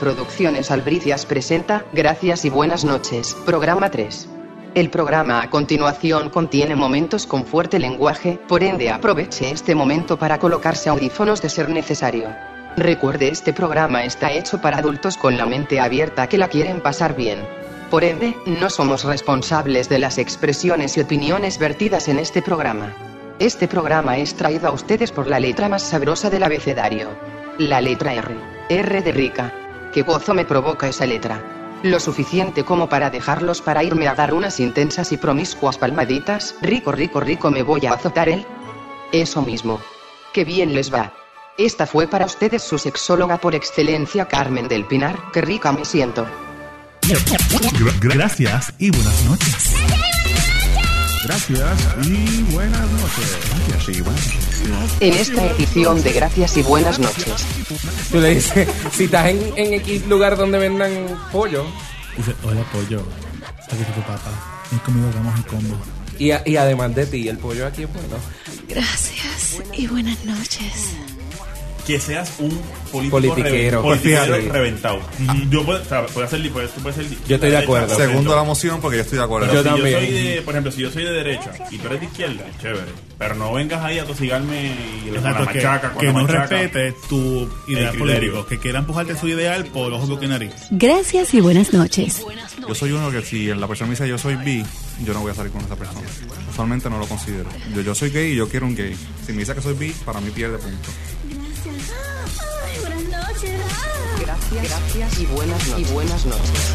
Producciones Albricias presenta Gracias y buenas noches, programa 3. El programa a continuación contiene momentos con fuerte lenguaje, por ende aproveche este momento para colocarse audífonos de ser necesario. Recuerde este programa está hecho para adultos con la mente abierta que la quieren pasar bien. Por ende, no somos responsables de las expresiones y opiniones vertidas en este programa. Este programa es traído a ustedes por la letra más sabrosa del abecedario. La letra R. R de rica. Qué gozo me provoca esa letra. Lo suficiente como para dejarlos para irme a dar unas intensas y promiscuas palmaditas. Rico, rico, rico, me voy a azotar él. Eso mismo. Qué bien les va. Esta fue para ustedes su sexóloga por excelencia Carmen del Pinar. Qué rica me siento. Gra- Gracias y buenas noches. Gracias y buenas noches. Gracias y buenas En esta edición de Gracias y buenas noches. Tú le dices, si estás en, en X lugar donde vendan pollo, Dice, hola pollo. Aquí está tu papá. Ven conmigo, hagamos el combo. y, a- y además de ti, el pollo aquí es bueno. Gracias y buenas noches. que seas un político Politiquero. reven- politiquero Pues fíjate. reventado. Yo puedo, o sea, puedo hacer, li- puedes- tú puedes ser li- Yo estoy de acuerdo. derecha, Segundo la centro. moción porque yo estoy de acuerdo. Yo Pero si también. soy de, por ejemplo, si yo soy de derecha y tú eres de izquierda, chévere. Pero no vengas ahí a tosigarme y con la Exacto, que, machaca, con que la no machaca. respete tu ideal criterio. político. Que quiera empujarte su ideal por los ojos que nariz. Gracias y buenas noches. Yo soy uno que si la persona me dice yo soy bi, yo no voy a salir con esa persona. Usualmente no lo considero. Yo, yo soy gay y yo quiero un gay. Si me dice que soy bi, para mí pierde punto. Gracias, gracias y buenas, y buenas noches.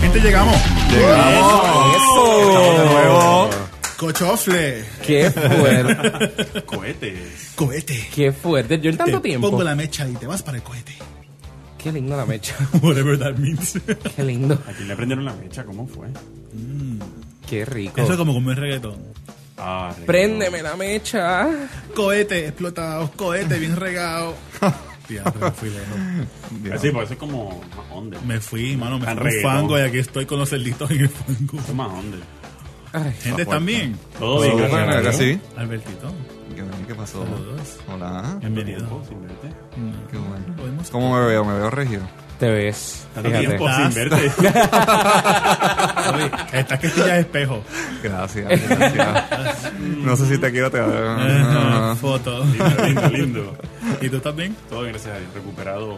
Gente, llegamos. Oh. ¡Eso! De nuevo, Cochofle. ¡Qué fuerte! Cohetes. Cohete. ¡Qué fuerte! Yo en tanto Te pongo tiempo. la mecha y te vas para el cohete. ¡Qué lindo la mecha! Whatever that means. Eso ¡Qué lindo! ¿A quién le prendieron la mecha? ¿Cómo fue? ¡Qué rico! es como comer reggaetón. Ah, ¡Préndeme la mecha! Cohete explotado, cohete bien regado. Tía, me fui lejos. rico. Sí, pues eso es como más onda. Eso Me fui, mano, me Tan fui un reggaetón. fango y aquí estoy con los cerditos en el fango. es más onda. Ay, Gente, ¿están bien? Todo Sí, bien, claro, Carmen. claro que sí. Albertito, ¿Qué- ¿Qué pasó? Saludos. Hola. bienvenido. Tiempo sin verte. Qué bueno. Podemos- ¿Cómo me veo? Me veo regio. te ves. Tanto Fíjate. tiempo Ah. sin verte. Oye, Estás que estoy ya de espejo. Gracias. gracias. No sé si te quiero, te Ah, veo. Foto. lindo, lindo, lindo. ¿Y tú estás bien? Todo bien, gracias a Dios. Recuperado.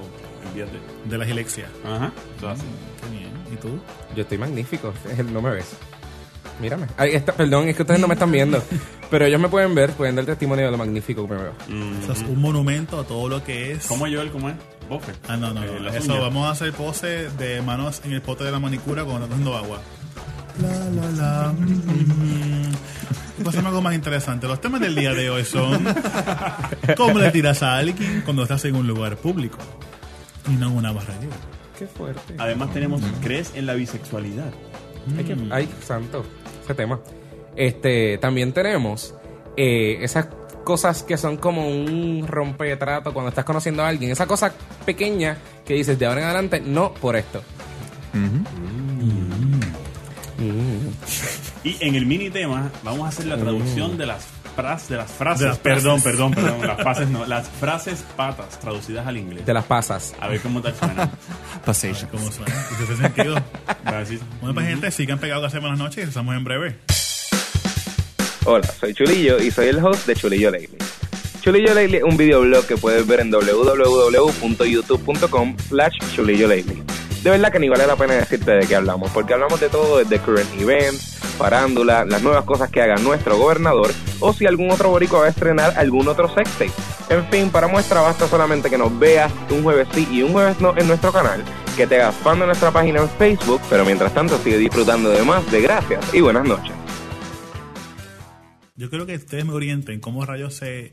Envíate. De las ilexias. Ajá. Eso hace. Qué bien. ¿Y tú? Yo estoy magnífico. Eh, No me ves. Mírame. Ay, esta- perdón, es que ustedes no me están viendo. Pero ellos me pueden ver, pueden dar testimonio de lo magnífico que me veo. Mm. Eso es un monumento a todo lo que es. ¿Cómo Joel? ¿Cómo es? Bofe. Ah, no, no, Eh, no. las Eso, uñas. vamos a hacer pose de manos en el pote de la manicura cuando estás dando agua. La, la, la. Mm. Pasemos a algo más interesante. Los temas del día de hoy son cómo le tiras a alguien cuando estás en un lugar público y no en una barra libre. ¡Qué fuerte! Además tenemos, ¿crees en la bisexualidad? Ay, que- Mm. ay, santo, ese tema. Este, también tenemos eh, esas cosas que son como un rompetrato cuando estás conociendo a alguien. Esa cosa pequeña que dices de ahora en adelante, no por esto. Y en el mini tema vamos a hacer la Oh. traducción de las frases, de las frases, perdón, perdón, perdón, las frases no, las frases patas traducidas al inglés. Te las pasas. A ver cómo te suena. Passage. ¿Cómo suena? ¿Y ¿Tiene sentido? Va a decir, Bueno, pues gente, sigan pegados que hacemos las noches y estamos en breve. Hola, soy Chulillo y soy el host de Chulillo Lately. Chulillo Lately es un videoblog que puedes ver en www.youtube.com slash Chulillo Lately. De verdad que ni vale la pena decirte de qué hablamos, porque hablamos de todo desde current events, farándula, las nuevas cosas que haga nuestro gobernador, o si algún otro boricua va a estrenar algún otro sextape. En fin, para muestra basta solamente que nos veas un jueves sí y un jueves no en nuestro canal, que te hagas fan de nuestra página en Facebook, pero mientras tanto sigue disfrutando de más de gracias y buenas noches. Yo creo que ustedes me orienten cómo rayos se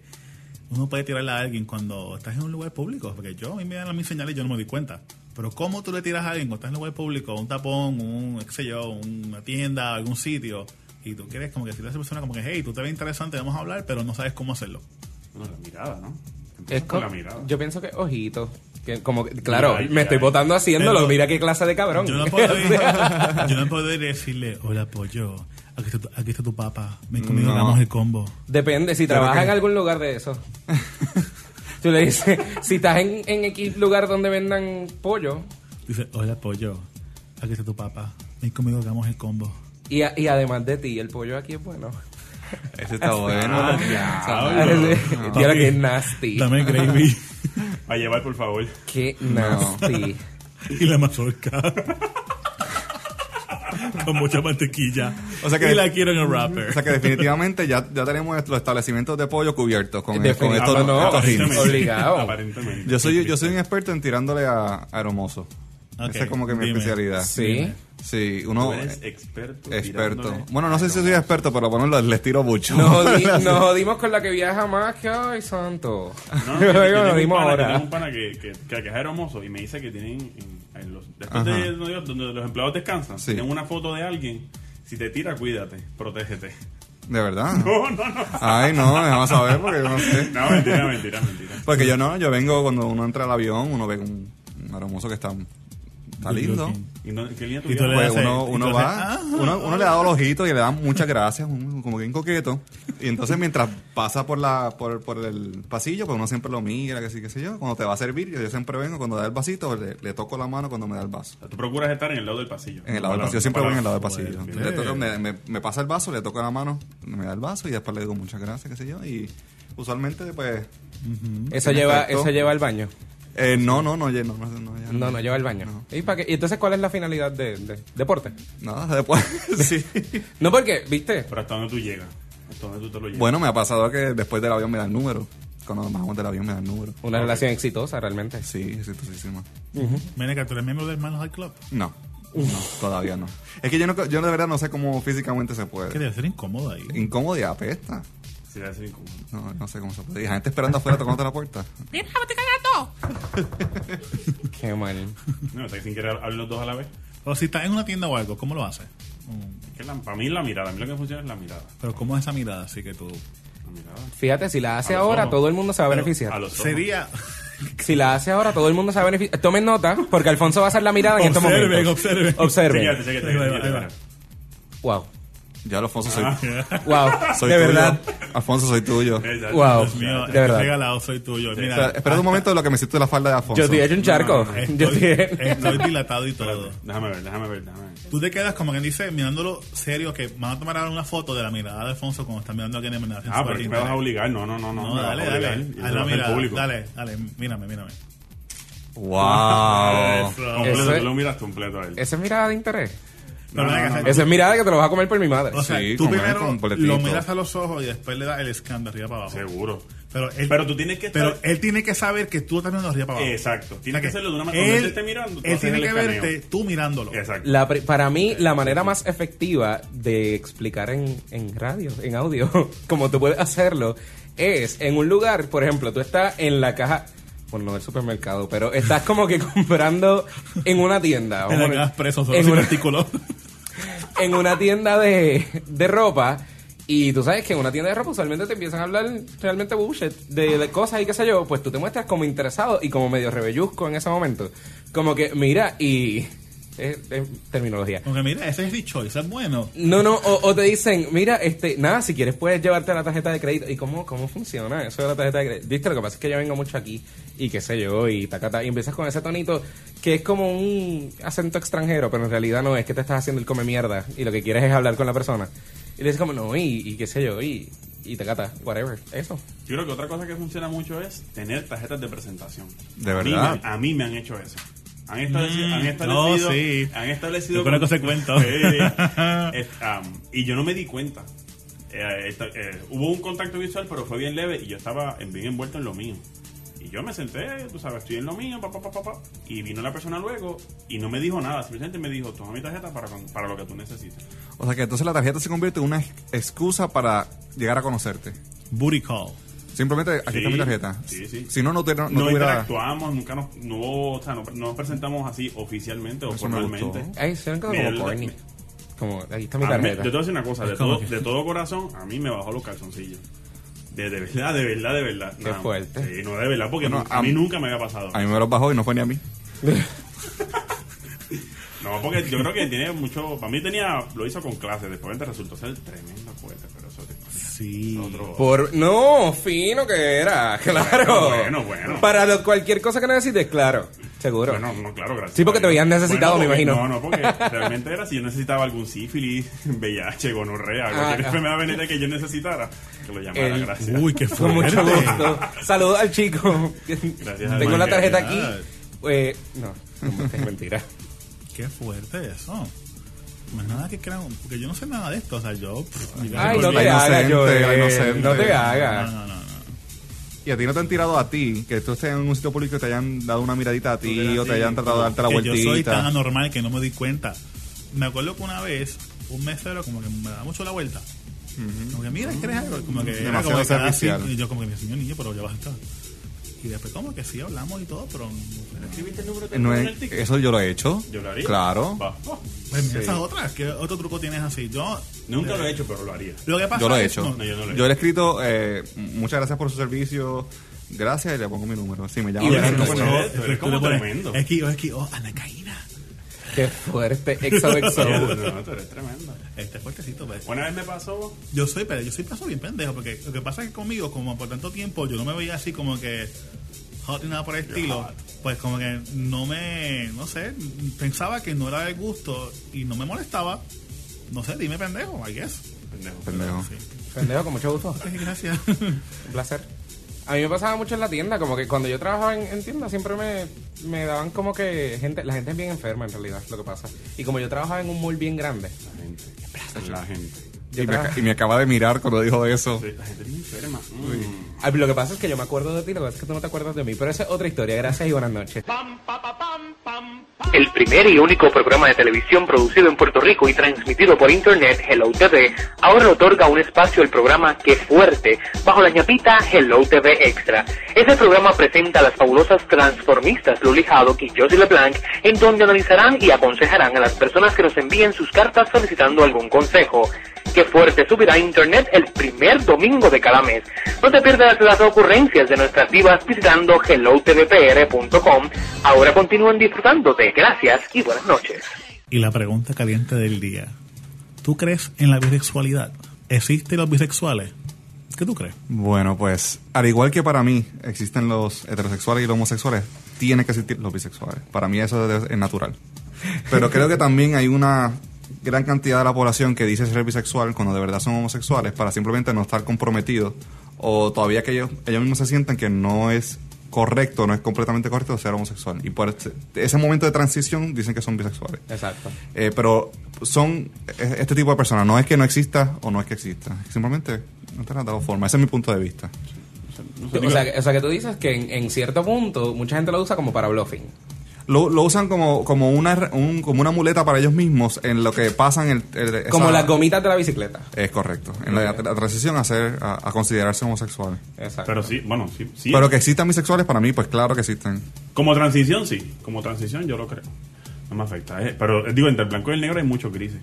uno puede tirarle a alguien cuando estás en un lugar público, porque yo a mí me dan mis señales y yo no me doy cuenta. Pero cómo tú le tiras a alguien cuando estás en un lugar público, un tapón, un qué sé yo, una tienda, algún sitio, y tú quieres como que tirar a esa persona como que hey, tú te ves interesante, vamos a hablar, pero no sabes cómo hacerlo. bueno, la mirada, ¿no? Empiezas Es con la co- mirada. yo pienso que ojito. Que como, que- claro, Ay, me ay. estoy votando haciéndolo. Pero- Mira qué clase de cabrón. Yo no puedo ir, yo no puedo ir y decirle, hola pollo, aquí está tu, aquí está tu papá, ven conmigo, No. hagamos el combo. Depende, si trabajas en algún lugar de eso. Tú le dices, si estás en, en X lugar donde vendan pollo, Dice, hola pollo, aquí está tu papá. Ven conmigo, hagamos el combo. y, a- y además de ti, el pollo aquí es bueno. Ah, Ese está bueno. Ah, Diablo, que nasty. Dame el gravy A llevar, por favor. Qué nasty. y la mazorca. Con mucha mantequilla. O sea que- y la quiero en el O wrapper. sea que definitivamente ya, ya tenemos los establecimientos de pollo cubiertos con, con Definitivamente. estos, No, estos hits. Aparentemente. Obligado. Aparentemente. Yo soy, yo soy un experto en tirándole a a aromoso. Ok, Esa es como que mi dime. especialidad. Sí. Sí, Tú uno eres eh, experto. experto. tirándole- Bueno, no sé si soy experto, pero ponerlo les tiro mucho. Nos, jodi- nos jodimos con la que viaja más que ay santo. No, Yo yo digo, tengo nos un dimos pana, yo tengo ahora. un pana que, que, que, que es hermoso y me dice que tienen en- en los, después Ajá. de, donde- donde los empleados descansan, Sí. tienen una foto de alguien. Si te tira, cuídate, protégete. De verdad. No, no, no. Ay, no, déjame saber porque yo no sé. No, mentira, mentira, mentira. Porque yo no, yo vengo cuando uno entra al avión, uno ve un, un aromoso que está, está lindo. ¿Y dónde- ¿Qué línea tú Y tú le llevas? Pues hace- uno, uno entonces, va, ah, uno, uno le da los ojitos y le dan muchas gracias, un- como bien coqueto. Y entonces mientras pasa por la por, por el pasillo, pues uno siempre lo mira, que sí, qué sé yo. Cuando te va a servir, yo, yo siempre vengo, cuando da el vasito, le, le toco la mano cuando me da el vaso. O sea, Tú procuras estar en el lado del pasillo. En el lado del Para- pasillo, yo siempre voy para- en el lado del joder, pasillo. bien. Le toco- me, me- me pasa el vaso, le toco la mano, me da el vaso y después le digo muchas gracias, qué sé yo. Y usualmente, pues... Eso En lleva, efecto. eso lleva al baño. eh, no, no, no, ya- no, no, no, ya No, no lleva al baño. ¿Y, para qué? ¿Y entonces cuál es la finalidad de, de- deporte? Nada, después, sí. No porque, viste, Pero hasta dónde tú llegas. Hasta dónde tú te lo llevas. Bueno, me ha pasado que después del avión me da el número. Cuando nos bajamos del avión me da el número. una relación exitosa realmente. Sí, exitosísima. Mira que tú eres miembro de Hermanos del Club. No, no, todavía no. Es que yo, no, yo de verdad no sé cómo físicamente se Que puede. debe ser incómodo ahí. Incómodo y apesta. Sí, debe ser incómodo. No, no sé cómo se puede. Y la gente esperando afuera tocándote la puerta. Qué mal. No, hasta que sin querer hablen los dos a la vez. O si estás en una tienda o algo, ¿cómo lo haces? Es que la- para mí la mirada. A mí lo que funciona es la mirada. Pero ¿cómo es esa mirada? Así que tú... La mirada. Fíjate, si la hace A los ahora, ojos. todo el mundo se va a Pero, beneficiar. a los ojos. Sería... Si la hace ahora, todo el mundo se va a beneficiar. Tomen nota, porque Alfonso va a hacer la mirada en este estos Observen, momentos. observen. Observen. Síguete, síguete, Ahí va, ahí va, síguete, ahí va. síguete. Wow. Ya, Alfonso, soy, Wow. soy de tuyo. verdad. Alfonso, soy tuyo. Exacto. Wow. Dios mío, De verdad. regalado soy tuyo. O Mira, sea, espera un momento de lo que me hiciste la falda de Alfonso. Yo te he hecho un charco. estoy, Yo te he- estoy dilatado y todo. Déjame ver, déjame ver, déjame ver. Tú te quedas como quien dice, mirándolo serio, que van a tomar ahora una foto de la mirada de Alfonso cuando está mirando a alguien en el Ah, pero es que me vas a obligar. No, no, no, no. No, me vas a dale, obligar. dale. Y eso Haz la lo hace el mirada. público. Dale, dale. Mírame, mírame. ¡Wow! Eso Completo, es- tú lo miras completo a él. Esa es mirada de interés. No, no, no, no. Esa es mirada que te lo vas a comer por mi madre. O sea, Sí, tú como primero es completito. lo miras a los ojos y después le das el scan de arriba para abajo. Seguro. Pero, él, Pero tú tienes que estar- pero él tiene que saber que tú también nos arriba para abajo. Exacto. Tienes que O sea hacerlo de una manera- Él, cuando él te esté mirando, tú él haces tiene el que escaneo. verte tú mirándolo. Exacto. La pri- para mí, la manera más efectiva de explicar en, en radio, en audio, como tú puedes hacerlo, es en un lugar, por ejemplo, tú estás en la caja, bueno, no del supermercado, pero estás como que comprando en una tienda. En vamos a la poner- que das preso solo en sin una- artículo. en una tienda de, de ropa. Y tú sabes que en una tienda de ropa usualmente te empiezan a hablar realmente bullshit de, de cosas y qué sé yo. Pues tú te muestras como interesado y como medio rebellusco en ese momento. Como que, mira, y. Es, es terminología. Porque mira, ese es dicho, ese es bueno. No, no, o, o te dicen, mira, este, nada, si quieres puedes llevarte la tarjeta de crédito. ¿Y cómo, cómo funciona eso de la tarjeta de crédito? Viste, lo que pasa es que yo vengo mucho aquí y qué sé yo, y tacata. Y empiezas con ese tonito que es como un acento extranjero, pero en realidad no, es que te estás haciendo el come mierda y lo que quieres es hablar con la persona. Y le dices como, no, y, y qué sé yo, y, y tacata, whatever, eso. Yo creo que otra cosa que funciona mucho es tener tarjetas de presentación. ¿De A mí verdad? me- A mí me, han hecho eso. Han establecido. han no, establecido, sí. han establecido Yo conozco ese cuento. Sí. Es- am, y yo no me di cuenta. Eh, esta- eh, hubo un contacto visual, pero fue bien leve y yo estaba en- bien envuelto en lo mío. Y yo me senté, tú sabes, estoy en lo mío, papá, papá, papá. Y vino la persona luego y no me dijo nada. Simplemente me dijo, toma mi tarjeta para, cuan- para lo que tú necesites. O sea que entonces la tarjeta se convierte en una excusa para llegar a conocerte. Booty call. Simplemente, aquí está Sí, mi tarjeta. sí, sí. Si no, no, te, no, no, tuviera... interactuamos, nunca nos, no, o sea, no, no nos presentamos así oficialmente o Eso me formalmente. gustó. Ay, se ven como Mira, yo- corny. Como, ahí está mi A mí- yo tarjeta. te voy a decir una cosa, de Es como todo, que- de todo corazón, a mí me bajó los calzoncillos. De, de verdad, de verdad, de verdad. Qué fuerte. Sí, no, de verdad, porque Bueno, nu- a, a mí mí- nunca me había pasado. A mí me los bajó y no fue ni a mí. No, porque yo creo que tiene mucho. Para mí tenía. Lo hizo con clase, después te resultó ser tremendo poeta, pero eso te- Sí. Por, no, fino que era, claro. Bueno, bueno. Para lo- cualquier cosa que necesites, claro, seguro. Bueno, no, claro, gracias. Sí, porque te habían necesitado, Bueno, me porque- imagino. No, no, porque realmente era si yo necesitaba algún sífilis, VIH, gonorrea, cualquier ah. enfermedad venérea que yo necesitara, que lo llamara, El- gracias. Uy, qué Con fuerte. mucho gusto. Saludos al chico. Gracias, Tengo la Manuel. tarjeta aquí. Eh, no, es mentira. Qué fuerte eso. Más nada que crean, porque yo no sé nada de esto. O sea, yo. pff, mira, Ay, no volví. te La hagas, inocente, Joel. la inocente. No Ah. te No, hagas. no, no, no. Y a ti no te han tirado a ti, que tú estés en un sitio público y te hayan dado una miradita a ti o te hayan tratado de darte la que Yo soy tan vueltita. anormal que no me di cuenta. Me acuerdo que una vez un mesero como que me da mucho la vuelta. Como que mira, ¿quieres algo? Como que era Demasiado como que cada servicial. cinco- y yo como que me señor niño, pero ya basta. Y después como que sí hablamos y todo, pero no- ¿Escribiste el número de No teléfono en es- el ticket? eso yo lo he hecho. Yo lo haría. Claro. Va. Oh, pues mira esas otras, ¿qué otro truco tienes así? Yo nunca lo he hecho, pero lo haría. lo que pasa Yo lo he es- hecho. no, yo no lo he Yo le he escrito, eh, muchas gracias por su servicio. Gracias, y le pongo mi número. Si me Y llaman, le me dan el pongo Entonces, Bueno, número. número. tú eres le como pones, tremendo. Es que, es que, oh, anacaína. Qué fuerte. XOXO. Oye, no, no, tú eres tremendo. Este es fuertecito, pues. Una vez me pasó, Yo soy, pero yo soy paso bien pendejo, porque lo que pasa es que conmigo, como por tanto tiempo, yo no me veía así como que hot ni nada por el estilo. Pues como que no me, no sé, pensaba que no era de gusto y no me molestaba. No sé, dime pendejo, I guess. pendejo. Pendejo. Sí. Pendejo, con mucho gusto. Ay, Gracias. Un placer. A mí me pasaba mucho en la tienda, como que cuando yo trabajaba en, en tienda siempre me, me daban como que gente, la gente es bien enferma en realidad, lo que pasa. Y como yo trabajaba en un mall bien grande, La gente. La gente. yo Y me, trabajaba- ac- y me acaba de mirar cuando dijo eso. Sí, La gente es muy enferma. Mm. Ah, lo que pasa es que yo me acuerdo de ti, lo que pasa es que tú no te acuerdas de mí, pero esa es otra historia. Gracias y buenas noches. El primer y único programa de televisión producido en Puerto Rico y transmitido por Internet, Hello TV, ahora otorga un espacio al programa Que Fuerte, bajo la ñapita Hello TV Extra. Este programa presenta a las fabulosas transformistas Luli Haddock y Josie LeBlanc, en donde analizarán y aconsejarán a las personas que nos envíen sus cartas solicitando algún consejo. Que Fuerte subirá a Internet el primer domingo de cada mes. No te pierdas las ocurrencias de nuestras divas visitando hellotvpr.com. Ahora continúen disfrutando de gracias y buenas noches. Y la pregunta caliente del día. ¿Tú crees en la bisexualidad? ¿Existen los bisexuales? ¿Qué tú crees? Bueno, pues, al igual que para mí existen los heterosexuales y los homosexuales, tiene que existir los bisexuales. Para mí eso es, es natural. Pero creo que también hay una gran cantidad de la población que dice ser bisexual cuando de verdad son homosexuales para simplemente no estar comprometidos o todavía que ellos, ellos mismos se sientan que no es correcto, no es completamente correcto ser homosexual. Y por este- ese momento de transición dicen que son bisexuales. Exacto. Eh, pero son eh, este tipo de personas. No es que no exista o no es que exista. Simplemente no te han dado forma. Ese es mi punto de vista. O sea, que- o sea que tú dices que en, en cierto punto mucha gente lo usa como para bluffing. Lo, lo usan como, como, una, r- un- como una muleta para ellos mismos en lo que pasan. El, el- esa- Como las gomitas de la bicicleta. Es correcto. En la, la transición a, ser, a, a considerarse homosexual. Exacto. Pero sí, bueno, sí. sí Pero que existan bisexuales, para mí, pues claro que existen. Como transición, sí. Como transición, yo lo creo. No me afecta. eh. Pero eh, digo, entre el blanco y el negro hay muchos grises.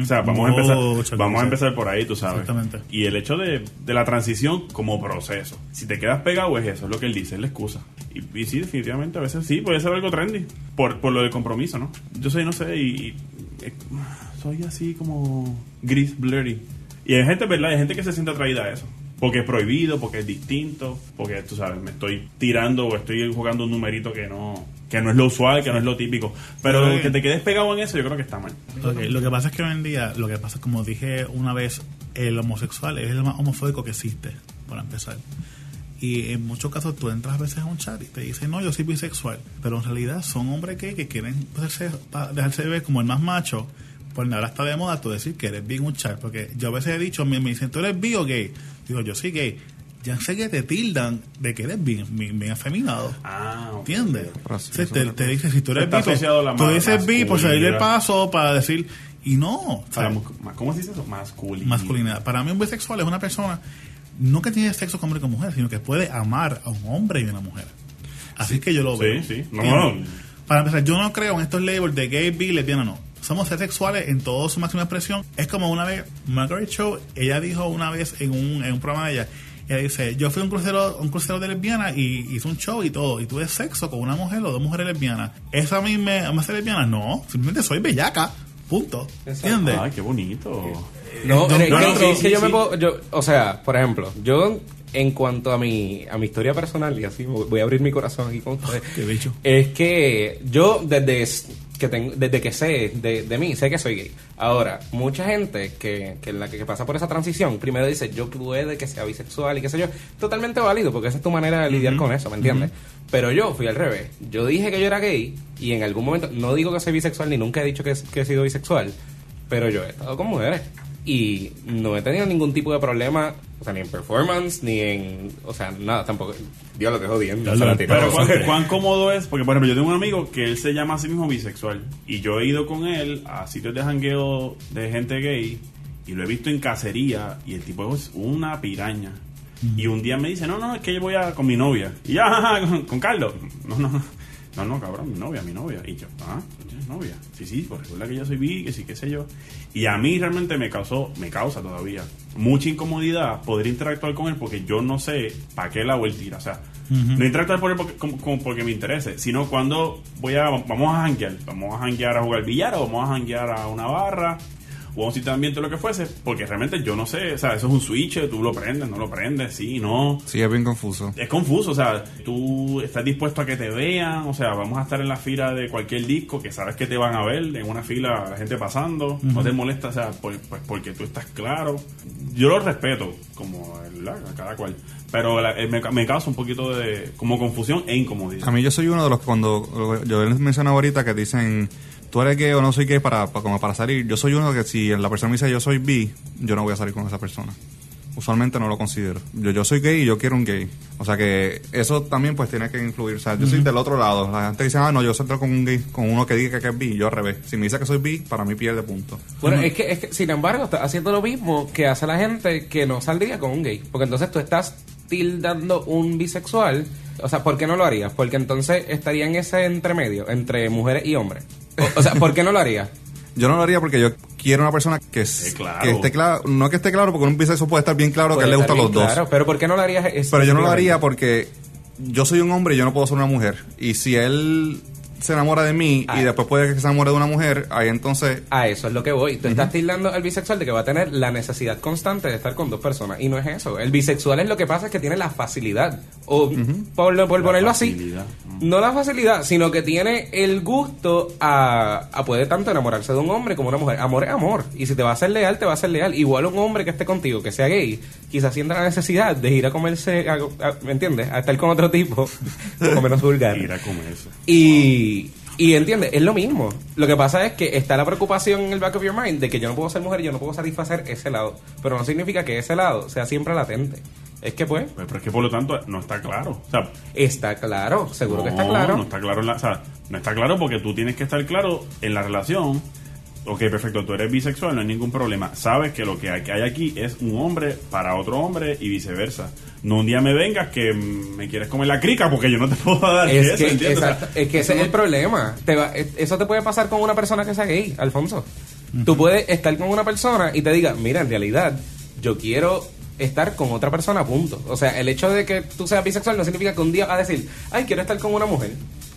O sea, vamos, a, empezar, vamos a empezar por ahí, tú sabes. Exactamente. Y el hecho de, de la transición como proceso. Si te quedas pegado, es eso, es lo que él dice, es la excusa. Y, y sí, definitivamente, a veces sí, puede ser algo trendy. Por, por lo del compromiso, ¿no? Yo soy, no sé, y. y- eh, soy así como. gris, blurry. Y hay gente, ¿verdad? Hay gente que se siente atraída a eso. Porque es prohibido, porque es distinto, porque tú sabes, me estoy tirando o estoy jugando un numerito que no, que no es lo usual, que no es lo típico. Pero Sí. que te quedes pegado en eso, yo creo que está mal. Ok, lo que pasa es que hoy en día, lo que pasa, como dije una vez, el homosexual es el más homofóbico que existe, para empezar. Y en muchos casos tú entras a veces a un chat y te dicen, no, yo soy bisexual. Pero en realidad son hombres que, que quieren pues, hacerse- pa- dejarse ver como el más macho. Pues ahora está de moda tú decir que eres bi en un chat. Porque yo a veces he dicho, me, me dicen, ¿tú eres bi o gay? Digo, yo soy gay. Ya sé que te tildan de que eres bien, bien, bien afeminado. Ah, ok. ¿Entiendes? Pero sí, O sea, eso te, es- te dice, si tú eres Está bi, tú- asociado a la tú ma- dices bi por salir del masculinidad. paso para decir, y no, o O sea, sea, mu- ¿Cómo se dice eso? Masculinidad. masculinidad. Para mí un bisexual es una persona no que tiene sexo con hombre y con mujer, sino que puede amar a un hombre y una mujer. Así que yo lo Sí, veo. sí. No, ¿Entiendes? no. Para empezar, yo no creo en estos labels de gay, bi, lesbiana, no. Somos sexuales en toda su máxima expresión. Es como una vez, Margaret Show, ella dijo una vez en un, en un programa de ella, ella dice, yo fui a un crucero, un crucero de lesbiana y hice un show y todo, y tuve sexo con una mujer o dos mujeres lesbianas. ¿Esa a mí me me hace lesbiana? No, simplemente soy bellaca. Punto. Exacto. ¿Entiendes? Ay, qué bonito. No, No, eh, es no, no, que- es sí, que sí, yo me sí. puedo, yo- o sea, por ejemplo, yo en cuanto a mi, a mi historia personal, y así voy a abrir mi corazón aquí con ustedes, Qué bicho. es que yo desde s- que tengo, desde que sé de, de mí, sé que soy gay. Ahora, mucha gente que, que la que, que pasa por esa transición, primero dice, yo puede que sea bisexual y qué sé yo, totalmente válido, porque esa es tu manera de lidiar con eso, ¿me entiendes? Pero yo fui al revés. Yo dije que yo era gay y en algún momento, no digo que soy bisexual ni nunca he dicho que, que he sido bisexual, pero yo he estado con mujeres y no he tenido ningún tipo de problema, o sea, ni en performance, ni en. O sea, nada, tampoco. Dios lo dejo bien. Diablo, Pero ¿cuán, cuán cómodo es, porque por ejemplo yo tengo un amigo que él se llama a sí mismo bisexual y yo he ido con él a sitios de jangueo de gente gay y lo he visto en cacería y el tipo es una piraña. Y un día me dice, no, no, es que yo voy a, con mi novia. Y ya, ajá, con, con Carlos. No, no, no, no, cabrón, mi novia, mi novia. Y yo, ah, tú tienes novia. Sí, sí, pues recuerda que yo soy bi, que sí, qué sé yo. Y a mí realmente me causó, me causa todavía mucha incomodidad poder interactuar con él porque yo no sé para qué lado él tira. O sea, no interactuar por él porque, como- como porque me interese, sino cuando voy a, vamos a janguear. Vamos a janguear a jugar billar o vamos a janguear a una barra o a un sitio de ambiente, lo que fuese, porque realmente yo no sé, o sea, eso es un switch, tú lo prendes, no lo prendes, sí, no. Sí, es bien confuso. Es confuso, o sea, tú estás dispuesto a que te vean, o sea, vamos a estar en la fila de cualquier disco que sabes que te van a ver, en una fila la gente pasando, no te molesta, o sea, por- pues porque tú estás claro. Yo lo respeto, como ¿verdad? a cada cual, pero la- eh, me, me causa un poquito de como confusión e incomodidad. A mí yo soy uno de los que cuando yo les menciono ahorita que dicen tú eres gay o no soy gay para, para- como para salir. Yo soy uno que si la persona me dice yo soy bi, yo no voy a salir con esa persona. Usualmente no lo considero. Yo, yo soy gay y yo quiero un gay. O sea que eso también pues tiene que influir. O sea, yo soy del otro lado. La gente dice, ah, no, yo salgo con un gay, con uno que diga que es bi. Yo al revés. Si me dice que soy bi, para mí pierde punto. Bueno, es que, es que, sin embargo, estás haciendo lo mismo que hace la gente que no saldría con un gay. Porque entonces tú estás tildando un bisexual. O sea, ¿por qué no lo harías? Porque entonces estaría en ese entremedio entre mujeres y hombres. O, o sea, ¿por qué no lo harías? Yo no lo haría porque yo quiero una persona que, s- claro. que esté claro. No que esté claro, porque un bisexual puede estar bien claro que a él le Puede gustan estar los bien dos. Claro, pero ¿por qué no lo harías? Pero yo no lo haría específicamente? porque yo soy un hombre y yo no puedo ser una mujer. Y si él se enamora de mí Ah. y después puede que se enamore de una mujer, ahí entonces... A eso es lo que voy. Tú estás tildando al bisexual de que va a tener la necesidad constante de estar con dos personas. Y no es eso. El bisexual es lo que pasa es que tiene la facilidad. O por, lo- por La ponerlo facilidad. así. No la facilidad, sino que tiene el gusto a, a poder tanto enamorarse de un hombre como una mujer. Amor es amor. Y si te va a ser leal, te va a ser leal. Igual un hombre que esté contigo, que sea gay, quizás sienta la necesidad de ir a comerse, a- a- ¿me entiendes? A estar con otro tipo, un poco menos vulgar. Ir a comer eso. Y, y entiende, es lo mismo. Lo que pasa es que está la preocupación en el back of your mind de que yo no puedo ser mujer, yo no puedo satisfacer ese lado. Pero no significa que ese lado sea siempre latente. Es que pues, Pues, Pero es que por lo tanto no está claro. O sea, está claro, seguro que está No, claro. No está claro, en la- o sea, no está claro porque tú tienes que estar claro en la relación. Ok, perfecto, tú eres bisexual, no hay ningún problema. Sabes que lo que hay que hay aquí es un hombre para otro hombre y viceversa. No un día me vengas que mm, me quieres comer la crica porque yo no te puedo dar Es, eso, que, ¿entiendes? O sea, exacto, es que ese es el problema. Te va- es- eso te puede pasar con una persona que sea gay, Alfonso. Tú puedes estar con una persona y te diga, mira, en realidad, yo quiero estar con otra persona, punto. O sea, el hecho de que tú seas bisexual no significa que un día vas a decir, ay, quiero estar con una mujer.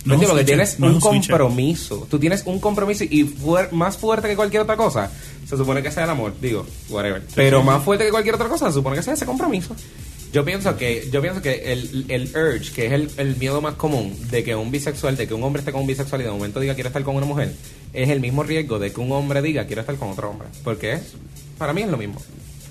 No No, es un lo que switcher, tienes no es un, un switcher. compromiso. Tú tienes un compromiso y fuer- más fuerte que cualquier otra cosa. Se supone que sea el amor, digo, whatever. Pero más fuerte que cualquier otra cosa, se supone que sea ese compromiso. Yo pienso que, yo pienso que el, el urge, que es el, el miedo más común de que un bisexual, de que un hombre esté con un bisexual y de momento diga quiero estar con una mujer, es el mismo riesgo de que un hombre diga quiero estar con otro hombre. Porque es, para mí es lo mismo.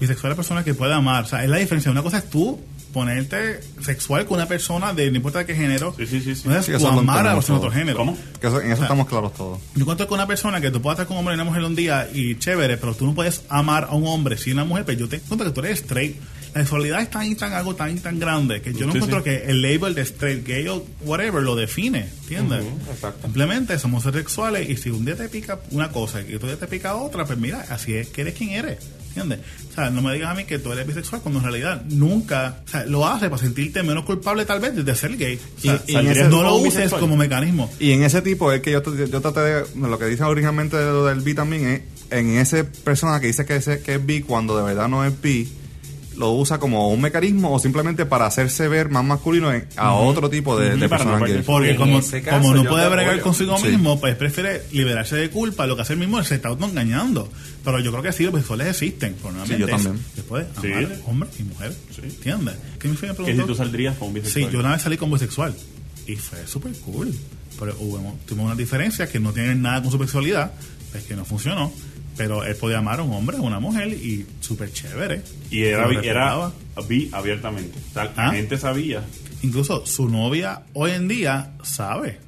Bisexual es persona que puede amar. O sea, es la diferencia. Una cosa es tú ponerte sexual con una persona de no importa qué género. Sí, sí, sí, sí. No es Sí, tú eso lo amar a la entendemos persona de otro todos. género. ¿Cómo? Que eso- en eso estamos claros todos. Yo encuentro con una persona que tú puedes estar con un hombre y una mujer un día y chévere, pero tú no puedes amar a un hombre sin una mujer, pero yo te encuentro que tú eres straight. La sexualidad es tan, tan algo tan, tan grande que yo no Sí, encuentro sí. que el label de straight, gay o whatever lo define, ¿entiendes? Ujú, exacto. Simplemente somos sexuales y si un día te pica una cosa y otro día te pica otra, pues mira, así es que eres quien eres, ¿entiendes? O sea, no me digas a mí que tú eres bisexual cuando en realidad nunca, o sea, lo haces para sentirte menos culpable tal vez de ser gay. O sea, Y- y en saldrías- ese no lo grupo uses bisexual. como mecanismo. Y en ese tipo es que yo, tr- yo traté de, lo que dicen originalmente de lo del bi también es, en ese persona que dice que es, que es bi cuando de verdad no es bi, lo usa como un mecanismo o simplemente para hacerse ver más masculino en- a otro tipo de, de Ujú, para no personas perder gays. Porque En como, ese caso, como no yo puede te bregar apoyo. consigo Sí. mismo, pues prefiere liberarse de culpa, lo que hace el mismo, se está autoengañando. Pero yo creo que sí, los bisexuales existen. pero nuevamente yo también. es- Se puede Sí. amar hombres y mujeres, ¿entiendes? ¿Qué me fue y me Que si preguntó? tú saldrías con un Sí, bisexual. yo una vez salí con bisexual y fue súper cool. Pero hubo, tuvimos una diferencia que no tiene nada con su sexualidad, es que no funcionó. Pero él podía amar a un hombre, a una mujer y súper chévere. Y era, Se lo bi- era respetaba. bi abiertamente. O sea, ¿Ah? la gente sabía. Incluso su novia hoy en día sabe.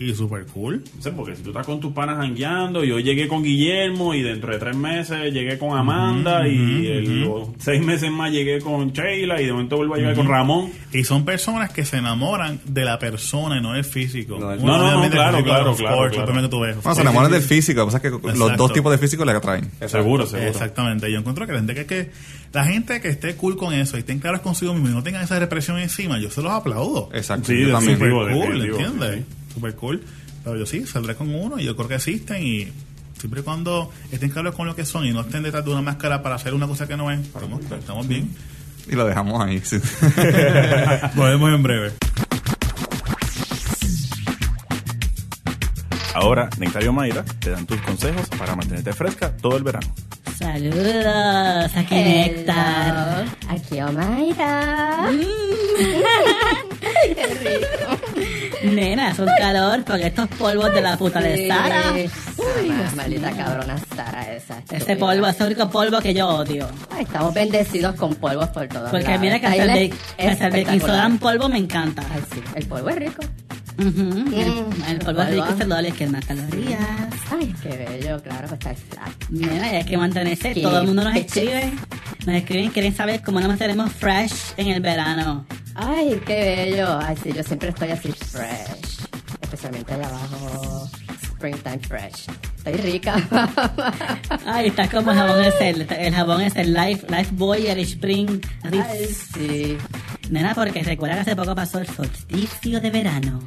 Y súper cool. No sé, porque si tú estás con tus panas jangueando, yo llegué con Guillermo y dentro de tres meses llegué con Amanda y el- los seis meses más llegué con Sheila y de momento vuelvo a llegar con Ramón. Y son personas que se enamoran de la persona y no del físico. No, Uno no, no, obviamente claro, el físico, claro, of claro, course, claro. lo primero que tú ves. Bueno, se enamoran del físico, lo que pasa es que los Exacto. dos tipos de físico le atraen. Seguro, seguro. Exactamente. Yo encuentro que la gente que, que la gente que esté cool con eso y estén claros consigo mismo y no tengan esa represión encima, yo se los aplaudo. Exacto. Sí, yo de también. Super Definitivo, cool, definitivo, ¿entiendes? sí, Super cool. Pero yo sí, saldré con uno y yo creo que existen y siempre y cuando estén claros con lo que son y no estén detrás de una máscara para hacer una cosa que no es, estamos, estamos bien. Y lo dejamos ahí. sí. Volvemos en breve. Ahora, Nectario Mayra te dan tus consejos para mantenerte fresca todo el verano. Saludos, aquí Néctar. Aquí Omaira. Nena, es un calor porque estos polvos de la puta de Sara. Eh, maldita cabrona Sara esa. Este polvo es el único polvo que yo odio. Ay, Estamos bendecidos con polvos por todos Porque lados. mira que Ahí hasta el, la- de, que hasta el baking soda espectacular. en polvo me encanta. Ay, sí, el polvo es rico. Ujú, Mm, El, el polvo es rico y polvo. saludable, que más calorías. Ay, qué bello, claro, pues está el flaco. Nena, y hay que mantenerse. Qué Todo el mundo nos peches. escribe. Nos escriben, quieren saber cómo nos mantenemos fresh en el verano. Ay, qué bello. Ay, sí, yo siempre estoy así fresh. Especialmente allá abajo. Springtime fresh. Estoy rica. Ay, está como el jabón es el, el jabón es el Life, Life Boy, el Spring Reef. Ay, sí. Nena, porque recuerda que hace poco pasó el solsticio de verano.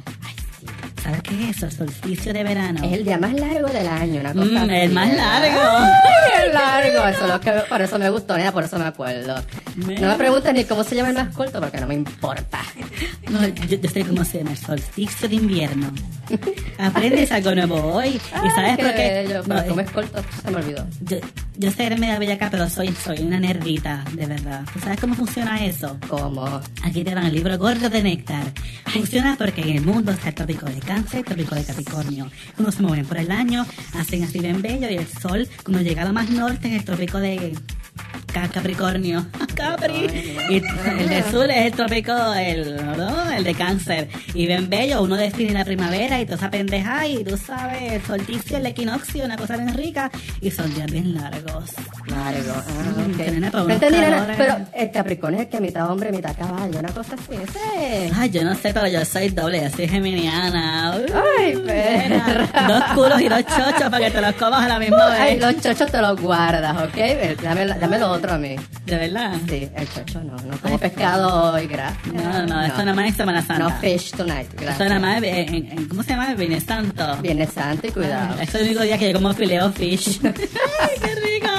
¿Sabes qué es eso? El solsticio de verano. Es el día más largo del año, una cosa Mm, así, el más ¿verdad? largo. Ay, el largo. Eso es lo que, por eso me gustó, nena, por eso me acuerdo. No me preguntes ni cómo se llama el más corto porque no me importa. No, yo, yo sé cómo se llama, el solsticio de invierno. Aprendes algo nuevo hoy. ¿Y sabes Ay, qué por qué? bello, pues. No, pero como es corto, se me olvidó. yo, yo sé que media bellaca, pero soy, soy una nerdita, de verdad. ¿Tú sabes cómo funciona eso? ¿Cómo? Aquí te dan el libro gordo de néctar. Funciona porque en el mundo está el trópico de cáncer, el trópico de capricornio. Cuando se mueven por el año, hacen así bien bello y el sol, cuando llega a lo más norte, en el trópico de Ca- capricornio. Capri. Y el del sur es el trópico, el, ¿no? el de cáncer. Y ven bello, uno define la primavera y toda esa pendeja y tú sabes, el solsticio, el equinoccio, una cosa bien rica y son días bien largos. Largo. Ah, Mm, que nena, pero ok. unos No entendí nada, calores. pero el Capricornio es el que mitad hombre, mitad caballo, una cosa así. Ese es. Ay, yo no sé, pero yo soy doble, yo soy geminiana. Uy, Ay, nena. perra. Dos culos y dos chochos para que te los comas a la misma vez. Ay, los chochos te los guardas, ¿ok? Ve, Dame, la- dame lo otro a mí. De verdad. Sí, el chocho no, no como pescado hoy, gracias. No, no, esto nada más es Semana Santa. No fish tonight, gracias. Eso nada más, es en- en- ¿cómo se llama? Viernes Santo. Viernes santo y cuidado. Ah, Es el único día que yo como fileo fish. Ay, ¡Qué rico!